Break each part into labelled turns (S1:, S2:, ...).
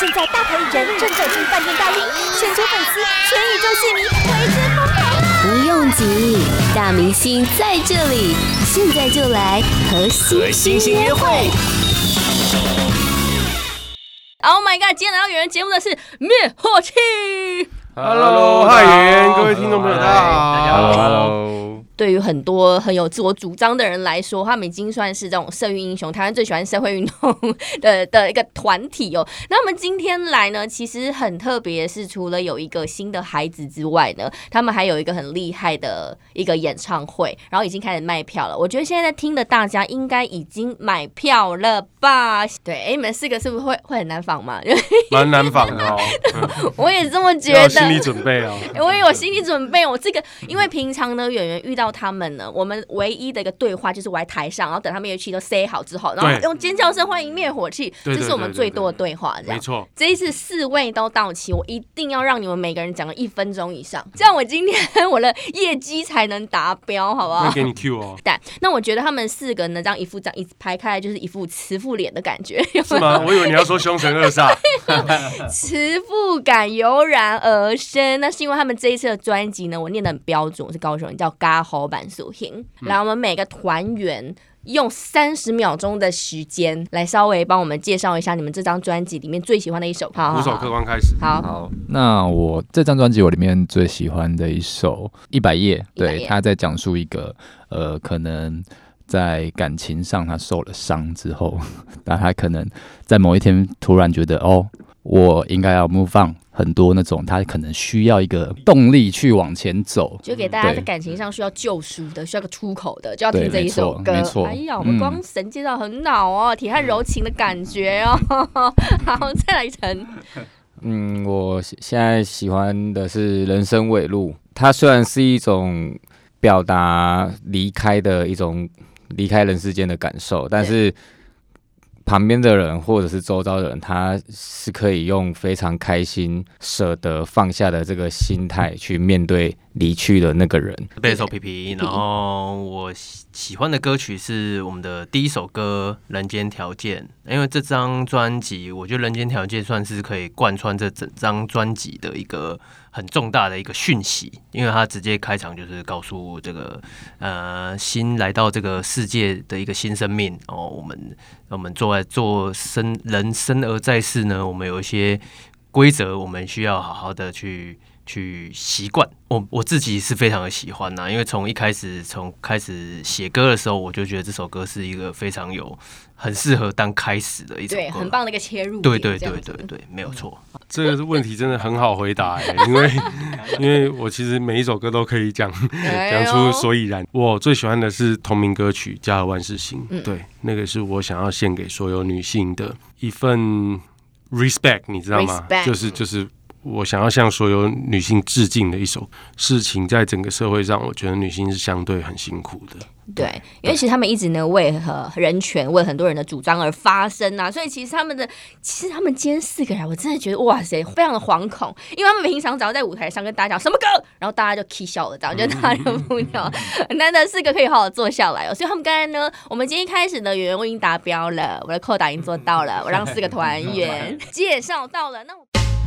S1: 现在大牌艺人正走进饭店大厅，全球粉丝、全宇宙戏迷为之疯狂啊！
S2: 不用急，大明星在这里，现在就来和
S3: 和星
S2: 星
S3: 星
S2: 星
S3: 约
S2: 约
S3: 会
S2: 会。。
S4: Oh my god！今天来到有人节目的是灭火器。
S5: Hello，
S6: 嗨
S5: 汉
S6: 源
S5: 源，各位听众朋友，大家好。
S3: 大家好
S6: Hello，
S4: 对于很多很有自我主张的人来说，他们已经算是这种社运英雄，台湾最喜欢社会运动 的的一个团体哦。那我们今天来呢，其实很特别，是除了有一个新的孩子之外呢，他们还有一个很厉害的一个演唱会，然后已经开始卖票了。我觉得现在在听的大家应该已经买票了吧？对，哎，你们四个是不是会会很难仿嘛？
S5: 蛮难访的哦，
S4: 我也这么觉
S5: 要
S4: 得，
S5: 有心理准备哦。
S4: 我也有心理准备。我这个，因为平常呢，演员遇到他们呢，我们唯一的一个对话就是我在台上，然后等他们乐器都塞好之后，然后
S5: 对
S4: 用尖叫声欢迎灭火器，
S5: 对
S4: 这
S5: 对
S4: 是我们最多的对话。这
S5: 没
S4: 样，
S5: 错，
S4: 这一次四位都到齐，我一定要让你们每个人讲个一分钟以上，这样我今天我的业绩才能达标，好不好。
S5: 会？给你 Q 哦
S4: 但那我觉得他们四个呢，这样一副这样一排开来，就是一副慈父脸的感觉，
S5: 是吗？我以为你要说凶神恶煞。
S4: 慈父感油然而生。那是因为他们这一次的专辑呢，我念的很标准，我是高雄人，叫《嘎吼版属性》。来，我们每个团员。用三十秒钟的时间来稍微帮我们介绍一下你们这张专辑里面最喜欢的一首，好好
S5: 五首
S4: 好
S5: 客观开始，
S4: 好，
S6: 好，
S3: 那我这张专辑我里面最喜欢的一首《一百页》，
S4: 100
S3: 对，
S4: 页
S3: 他在讲述一个呃，可能在感情上他受了伤之后， 那他可能在某一天突然觉得，哦，我应该要 move on，很多那种他可能需要一个动力去往前走，
S4: 就给大家
S3: 对
S4: 在感情上需要救赎的、需要个出口的，就要
S3: 对
S4: 听这一首歌。
S3: 没错没错
S4: 哎呀，我们
S3: 嗯
S4: 光神介绍很恼哦，铁汉柔情的感觉哦。 好，再来一层。
S6: 嗯，我现现在喜欢的是《人生尾路》，它虽然是一种表达离开的一种离开人世间的感受，但是旁边的人或者是周遭的人，他是可以用非常开心、舍得放下的这个心态去面对离去的那个人。
S7: 贝手皮皮，然后我喜喜欢的歌曲是我们的第一首歌《人间条件》，因为这张专辑，我觉得《人间条件》算是可以贯穿这整张专辑的一个很重大的一个讯息，因为它直接开场就是告诉这个呃新来到这个世界的一个新生命哦，我们我们做在做生人生而在世呢，我们有一些规则，我们需要好好的去去习惯。我我自己是非常的喜欢呐、因为从一开始从开始写歌的时候，我就觉得这首歌是一个非常有很适合当开始的一首歌，
S4: 对，很。棒的一个切入点。
S7: 对对
S4: 这
S7: 对
S4: 样子
S7: 对对，没有错。
S5: 这个问题真的很好回答哎，因为因为我其实每一首歌都可以讲
S4: 哎
S5: 讲
S4: 呦
S5: 出所以然。我最喜欢的是同名歌曲《家和万事兴》，
S4: 嗯
S5: 对，那个是我想要献给所有女性的一份 respect，你知道吗
S4: Respect？
S5: 就是就是我想要向所有女性致敬的一首事情，在整个社会上，我觉得女性是相对很辛苦的。
S4: 对，因为其实他们一直呢为和人权、为很多人的主张而发声啊，所以其实他们的，其实他们今天四个人，我真的觉得哇塞，非常的惶恐，因为他们平常只要在舞台上跟大家讲什么歌，然后大家就 k 笑了，这样就大家就不鸟， 很难得四个可以好好坐下来哦。所以他们刚才呢，我们今天一开始呢，圆圆我已经达标了，我的扣打已经做到了，我让四个团 员介绍到了，那我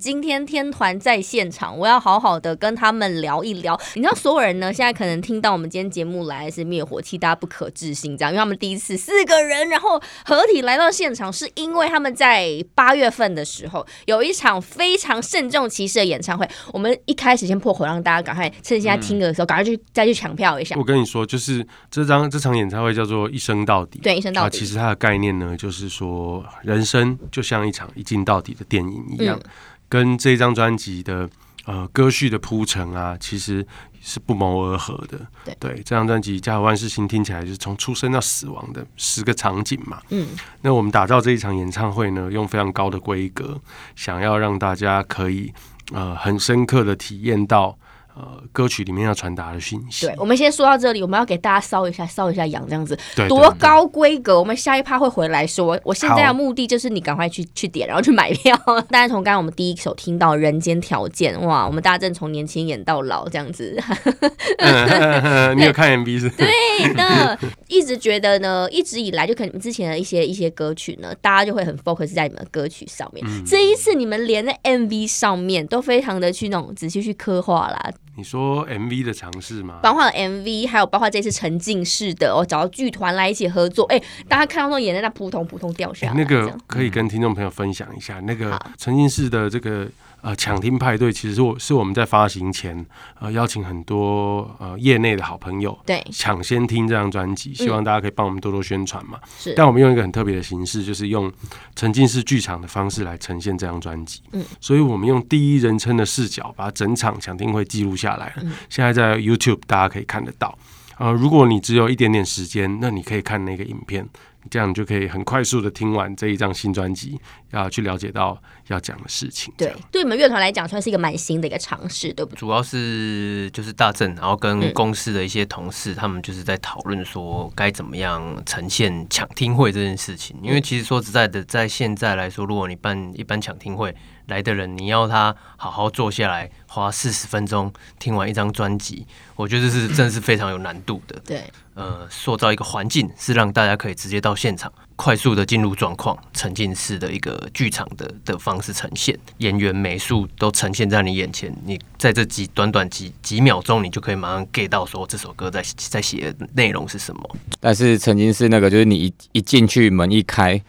S4: 今天天团在现场，我要好好的跟他们聊一聊。你知道，所有人呢，现在可能听到我们今天节目来是灭火器，大家不可置信，这样，因为他们第一次四个人，然后合体来到现场，是因为他们在八月份的时候有一场非常慎重其事的演唱会。我们一开始先破口，让大家赶快趁现在听的时候，赶快去再去抢票一下
S5: 我。跟你说，就是这张这场演唱会叫做《一生到底》。
S4: 对，一生到
S5: 啊，
S4: 底。
S5: 其实它的概念呢，就是说人生就像一场一镜到底的电影一样，
S4: 嗯
S5: 跟这张专辑的呃歌序的铺陈啊，其实是不谋而合的。
S4: 对
S5: 这张专辑《家和万事兴》听起来就是从出生到死亡的十个场景嘛。
S4: 嗯，
S5: 那我们打造这一场演唱会呢，用非常高的规格，想要让大家可以呃很深刻的体验到。呃歌曲里面要传达的讯息
S4: 对，。我们先说到这里，我们要给大家烧一下、烧一下痒，这样子
S5: 对对
S4: 多
S5: 对
S4: 高规格？我们下一趴会回来说。我现在的目的就是你赶快去去点，然后去买票。 大家从刚刚我们第一首听到《人间条件》，哇，我们大正从年轻演到老这样子。
S5: 你有看 MV 是？对，
S4: 对的，一直觉得呢，一直以来就可能你们之前的一些一些歌曲呢，大家就会很 focus 在你们的歌曲上面。
S5: 嗯
S4: 这一次你们连在 MV 上面都非常的去那种仔细去刻画啦，
S5: 你说 MV 的尝试吗？
S4: 包括 MV，还有包括这次沉浸式的，哦，找到剧团来一起合作，哎、大家看到那种眼泪那扑通扑通掉下来，
S5: 那
S4: 这
S5: 个
S4: 样嗯
S5: 可以跟听众朋友分享一下，那个
S4: 好
S5: 沉浸式的这个呃抢听派对，其实是我是我们在发行前呃邀请很多呃业内的好朋友
S4: 对
S5: 抢先听这张专辑，
S4: 嗯
S5: 希望大家可以帮我们多多宣传嘛。
S4: 是，
S5: 但我们用一个很特别的形式，就是用沉浸式剧场的方式来呈现这张专辑。
S4: 嗯，
S5: 所以我们用第一人称的视角把整场抢听会记录下来了。
S4: 嗯
S5: 现在在 YouTube 大家可以看得到。呃，如果你只有一点点时间，那你可以看那个影片，这样你就可以很快速的听完这一张新专辑，啊，去了解到要讲的事情。这
S4: 对
S5: 样，
S4: 对你们乐团来讲算是一个蛮新的一个尝试，对不对？
S7: 主要是就是大正，然后跟公司的一些同事，他们就是在讨论说该怎么样呈现抢听会这件事情。因为其实说实在的，在现在来说，如果你办一般抢听会，来的人你要他好好坐下来，花四十分钟听完一张专辑，我觉得这是真的是非常有难度的。
S4: 对，
S7: 呃，塑造一个环境，是让大家可以直接到现场，快速的进入状况，沉浸式的一个剧场的的方式呈现，演员、美术都呈现在你眼前，你在这几短短几几秒钟，你就可以马上 get 到说这首歌在在写的内容是什么。
S6: 但是曾经是那个，就是你一一进去门一开，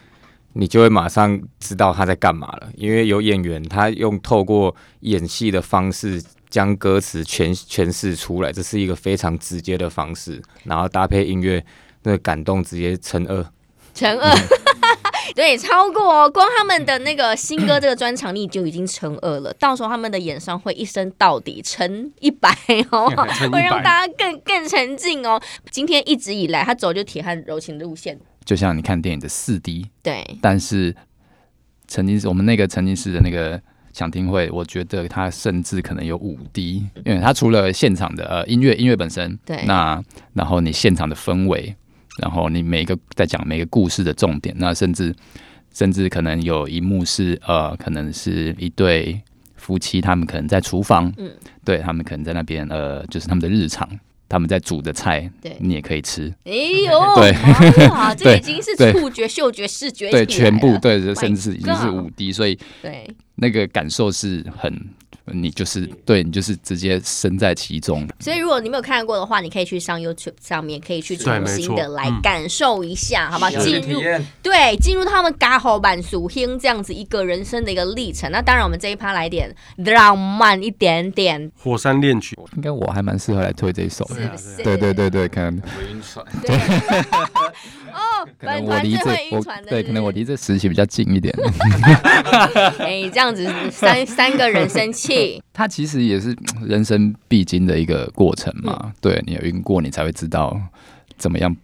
S6: 你就会马上知道他在干嘛了，因为有演员他用透过演戏的方式将歌词诠诠释出来，这是一个非常直接的方式，然后搭配音乐，那个感动直接乘二。
S4: 乘二。对，超过哦，光他们的那个新歌这个专场，你就已经乘二了。到时候他们的演唱会一生到底乘一百 哦，
S5: 乘
S4: 会让
S5: 100
S4: 大家更更沉浸哦。今天一直以来，他走就铁汉柔情的路线，
S3: 就像你看电影的四 D，
S4: 对，
S3: 但是曾经我们那个沉浸式的那个想听会，我觉得它甚至可能有五 D，因为它除了现场的呃音乐音乐本身，
S4: 对
S3: 那然后你现场的氛围，然后你每一个在讲每个故事的重点，那甚至甚至可能有一幕是呃，可能是一对。夫妻他们可能在厨房，
S4: 嗯，
S3: 对他们可能在那边，呃，就是他们的日常，他们在煮的菜，
S4: 对
S3: 你也可以吃，
S4: 哎呦，
S3: 对
S4: 哇，这
S3: 对
S4: 已经是
S3: 对
S4: 触觉、嗅觉、视觉一起来
S3: 对，
S4: 了，Oh
S3: 全部对，
S4: My
S3: 甚至已经是
S4: God
S3: 五 D，所以
S4: 对，
S3: 那个感受是很，你就是对你就是直接身在其中。
S4: 所以如果你没有看过的话，你可以去上 YouTube 上面，可以去重新
S5: 对没
S4: 的
S5: 错
S4: 来感受一下，好吧？
S5: 有
S4: 进
S5: 一个
S4: 入对进入他们嘎吼版俗兴这样子一个人生的一个历程。那当然，我们这一趴来点浪漫一点点，
S5: 火山恋曲，
S3: 应该我还蛮适合来推这一首的。
S4: 是不是？
S3: 对啊对对对，可能
S4: 对。哦，
S3: 可能
S4: 本
S3: 我
S4: 团
S3: 离
S4: 最
S3: 这
S4: 会晕船
S3: 我
S4: 的，
S3: 对，可能我离这实习比较近 一点。
S4: 哎，这样子 三三个人生气，
S3: 它其实也是嗯人生必经的一个过程嘛，
S4: 嗯
S3: 对你有晕过，你才会知道怎么样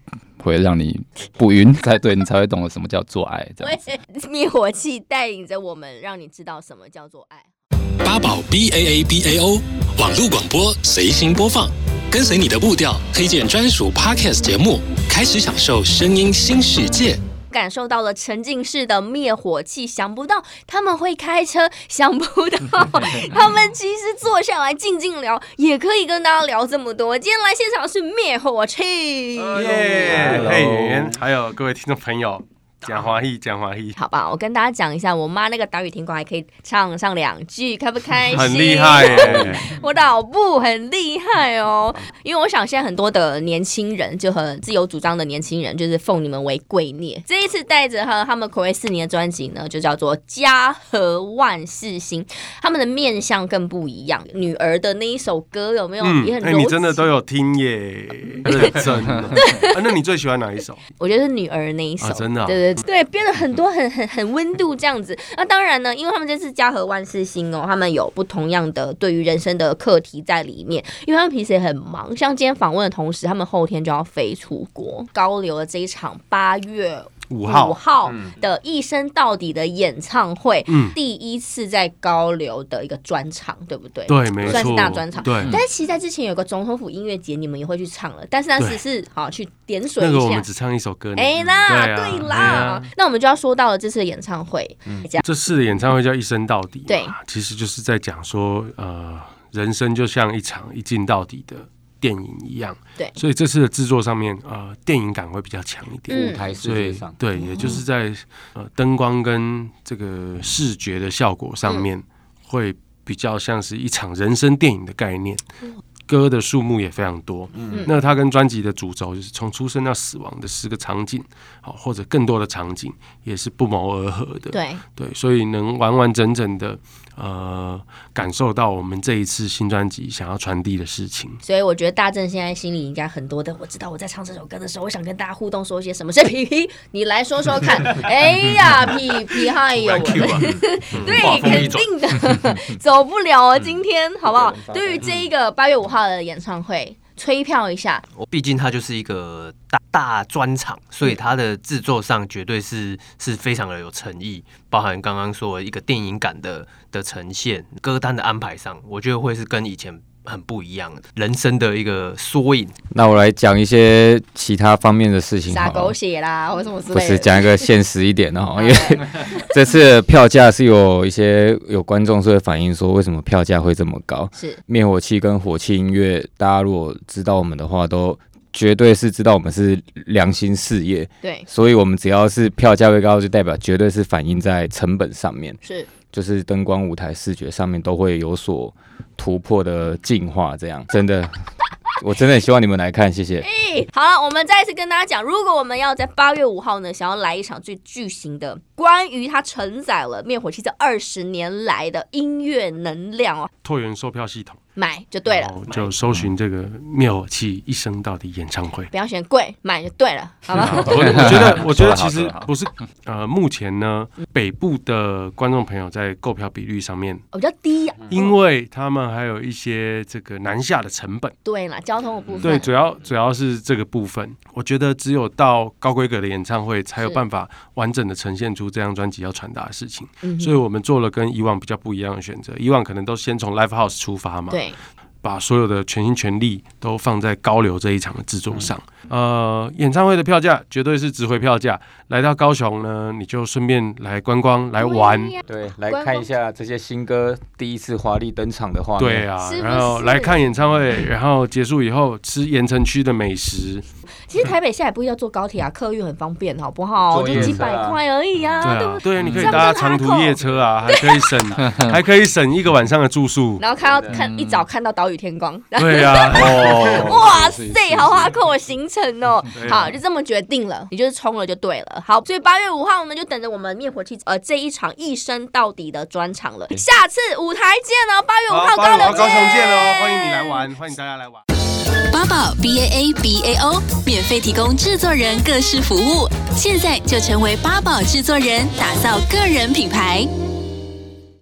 S3: 会让你不晕，才对你才会懂得什么叫做爱。这 样子，
S4: 灭火器带领着我们，让你知道什么叫做爱。
S8: 八宝 B A A B A O 网络广播随心播放，跟随你的步调，推荐专属 Podcast 节目，开始享受声音新世界。
S4: 感受到了沉浸式的灭火器，想不到他们会开车，想不到他们其实坐下来静静聊，也可以跟大家聊这么多。今天来现场是灭火器。
S5: 哎耶！
S3: Hello
S5: 配员还有各位听众朋友，讲华裔，讲华裔，
S4: 好吧，我跟大家讲一下，我妈那个岛屿天光还可以唱上两句，开不开心？
S5: 很厉害耶！
S4: 我脑部很厉害哦，因为我想现在很多的年轻人就很自由主张的年轻人，就是奉你们为贵孽。这一次带着和他们暌违四年的专辑呢，就叫做《家和万事兴》，他们的面相更不一样。女儿的那一首歌有没有、
S5: 嗯
S4: 哦也，很
S5: 哎，
S4: 柔
S5: 你
S4: 情？
S5: 真的都有听 耶，认真啊！啊那你最喜欢哪一首？
S4: 我觉得是女儿那一首，
S5: 啊真的啊
S4: 对对对，编了很多很很很温度这样子。那当然呢，因为他们这次家和万事兴哦，他们有不同样的对于人生的课题在里面，因为他们平时也很忙，像今天访问的同时，他们后天就要飞出国，高流的这一场八月
S5: 五
S4: 五
S5: 号，
S4: 号的一生到底的演唱会，
S5: 嗯
S4: 第一次在高流的一个专场，对不对？。
S5: 对，没
S4: 哎算是
S5: 错，
S4: 大专场
S5: 对，
S4: 但是其实在之前有个总统府音乐节，你们也会去唱了，但是那
S5: 对
S4: 只是好去点水
S5: 那个我
S4: 一
S5: 们
S4: 下。
S5: 只唱一首歌呢，
S4: 哎啦，
S5: 对啊
S4: 对
S5: 对啊
S4: 啦，那我们就要说到了这次的演唱会，这样
S5: 这次的演唱会叫《一生到底》，啊
S4: 对，
S5: 其实就是在讲说，呃，人生就像一场一镜到底的电影一样，
S4: 对
S5: 所以这次的制作上面，呃，电影感会比较强一点，
S4: 嗯
S6: 舞台世
S5: 所
S6: 界
S5: 以
S6: 上，
S5: 对，也就是在呃灯光跟这个视觉的效果
S4: 嗯
S5: 上面，会比较像是一场人生电影的概念。
S4: 嗯
S5: 歌的数目也非常多，
S6: 嗯
S5: 那它跟专辑的主轴就是从出生到死亡的十个场景，好或者更多的场景，也是不谋而合的。
S4: 对，
S5: 对，所以能完完整整的呃感受到我们这一次新专辑想要传递的事情。
S4: 所以我觉得大正现在心里应该很多的。我知道我在唱这首歌的时候，我想跟大家互动说些什么。所以皮皮， 你来说说看。哎呀，皮皮，哎呦，我的
S7: Q 啊，
S4: 对，
S7: 画风一
S4: 肯
S7: 转
S4: 定的， 走不了啊，今天好不好？对于这一个八月五号的演唱会，吹票一下，
S7: 我毕竟它就是一个大大专场，所以它的制作上绝对是是非常的有诚意，包含刚刚说一个电影感的的呈现，歌单的安排上，我觉得会是跟以前很不一样的，人生的一个缩影。
S6: 那我来讲一些其他方面的事情
S4: 撒
S6: 好
S4: 狗
S6: 了，
S4: 血啦，或什么之
S6: 不
S4: 类的。啊
S6: 是讲一个现实一点 的哈，因为这次的票价是有一些有观众是会反映说，为什么票价会这么高？
S4: 是
S6: 灭火器跟火器音乐，大家如果知道我们的话，都绝对是知道我们是良心事业，
S4: 对，
S6: 所以我们只要是票价位高，就代表绝对是反映在成本上面，
S4: 是
S6: 就是灯光、舞台、视觉上面都会有所突破的进化。这样真的，我真的很希望你们来看，谢谢。
S4: 好了，我们再一次跟大家讲，如果我们要在八月五号呢，想要来一场最巨型的，关于它承载了灭火器这二十年来的音乐能量哦，
S5: 拓元售票系统，
S4: 买就对了
S5: 然。后就搜寻这个灭火器一生到底演唱会。
S4: 不要嫌贵，买就对了，好吧？
S5: 我我觉 得，我觉
S3: 说
S5: 得
S3: 得好
S5: 其实
S3: 说得好
S5: 不是，呃，目前呢，北部的观众朋友在购票比率上
S3: 嗯
S5: 面，
S4: 我比较低呀、嗯
S5: 因为他们还有一些这个南下的成本，
S3: 嗯
S4: 对啦，交通的部
S5: 对，
S4: 分，
S5: 主要主要是这个部分。我觉得只有到高规格的演唱会，才有
S4: 是
S5: 办法完整的呈现出这张专辑要传达的事情。
S4: 嗯哼
S5: 所以我们做了跟以往比较不一样的选择。以往可能都先从 live house 出发嘛，
S4: 对，
S5: 把所有的全心全力都放在高流这一场的制作上。呃，演唱会的票价绝对是值回票价。来到高雄呢，你就顺便来观光来玩。
S6: 对，来
S4: 观
S6: 看
S4: 光
S6: 一下这些新歌第一次华丽登场的画面。
S5: 对啊
S4: 是，不欸
S5: 然后
S4: 是
S5: 来看演唱会，然后结束以后吃盐城区的美食，
S4: 其实台北现在也不一定要坐高铁啊，客运很方便，好不好？
S6: 坐
S4: 就
S6: 夜
S4: 几
S6: 车
S4: 百
S6: 啊
S4: 块而已啊，
S5: 对
S4: 对
S5: 啊
S4: 不，对？
S5: 对啊，你可
S4: 这
S5: 以
S4: 样
S5: 搭
S4: 就
S5: 长途
S4: 拉够
S5: 夜车啊，还可以省，还可以省一个晚上的住宿。
S4: 然后看到看一早看到岛屿天光， 然后
S5: 啊对啊， 哦，
S4: 哇塞，好花扣我行程哦！
S5: 对啊
S4: 好，就这么决定了，你就是冲了就对了。好，所以八月五号呢，就等着我们灭火器呃这一场一生到底的专场了。下次舞台见哦，八月五号高
S5: 好
S4: 流
S5: 高雄见哦，欢迎你来玩，欢迎大家来玩。
S2: 八宝 B A A B A O 免费提供制作人各式服务，现在就成为八宝制作人，打造个人品牌。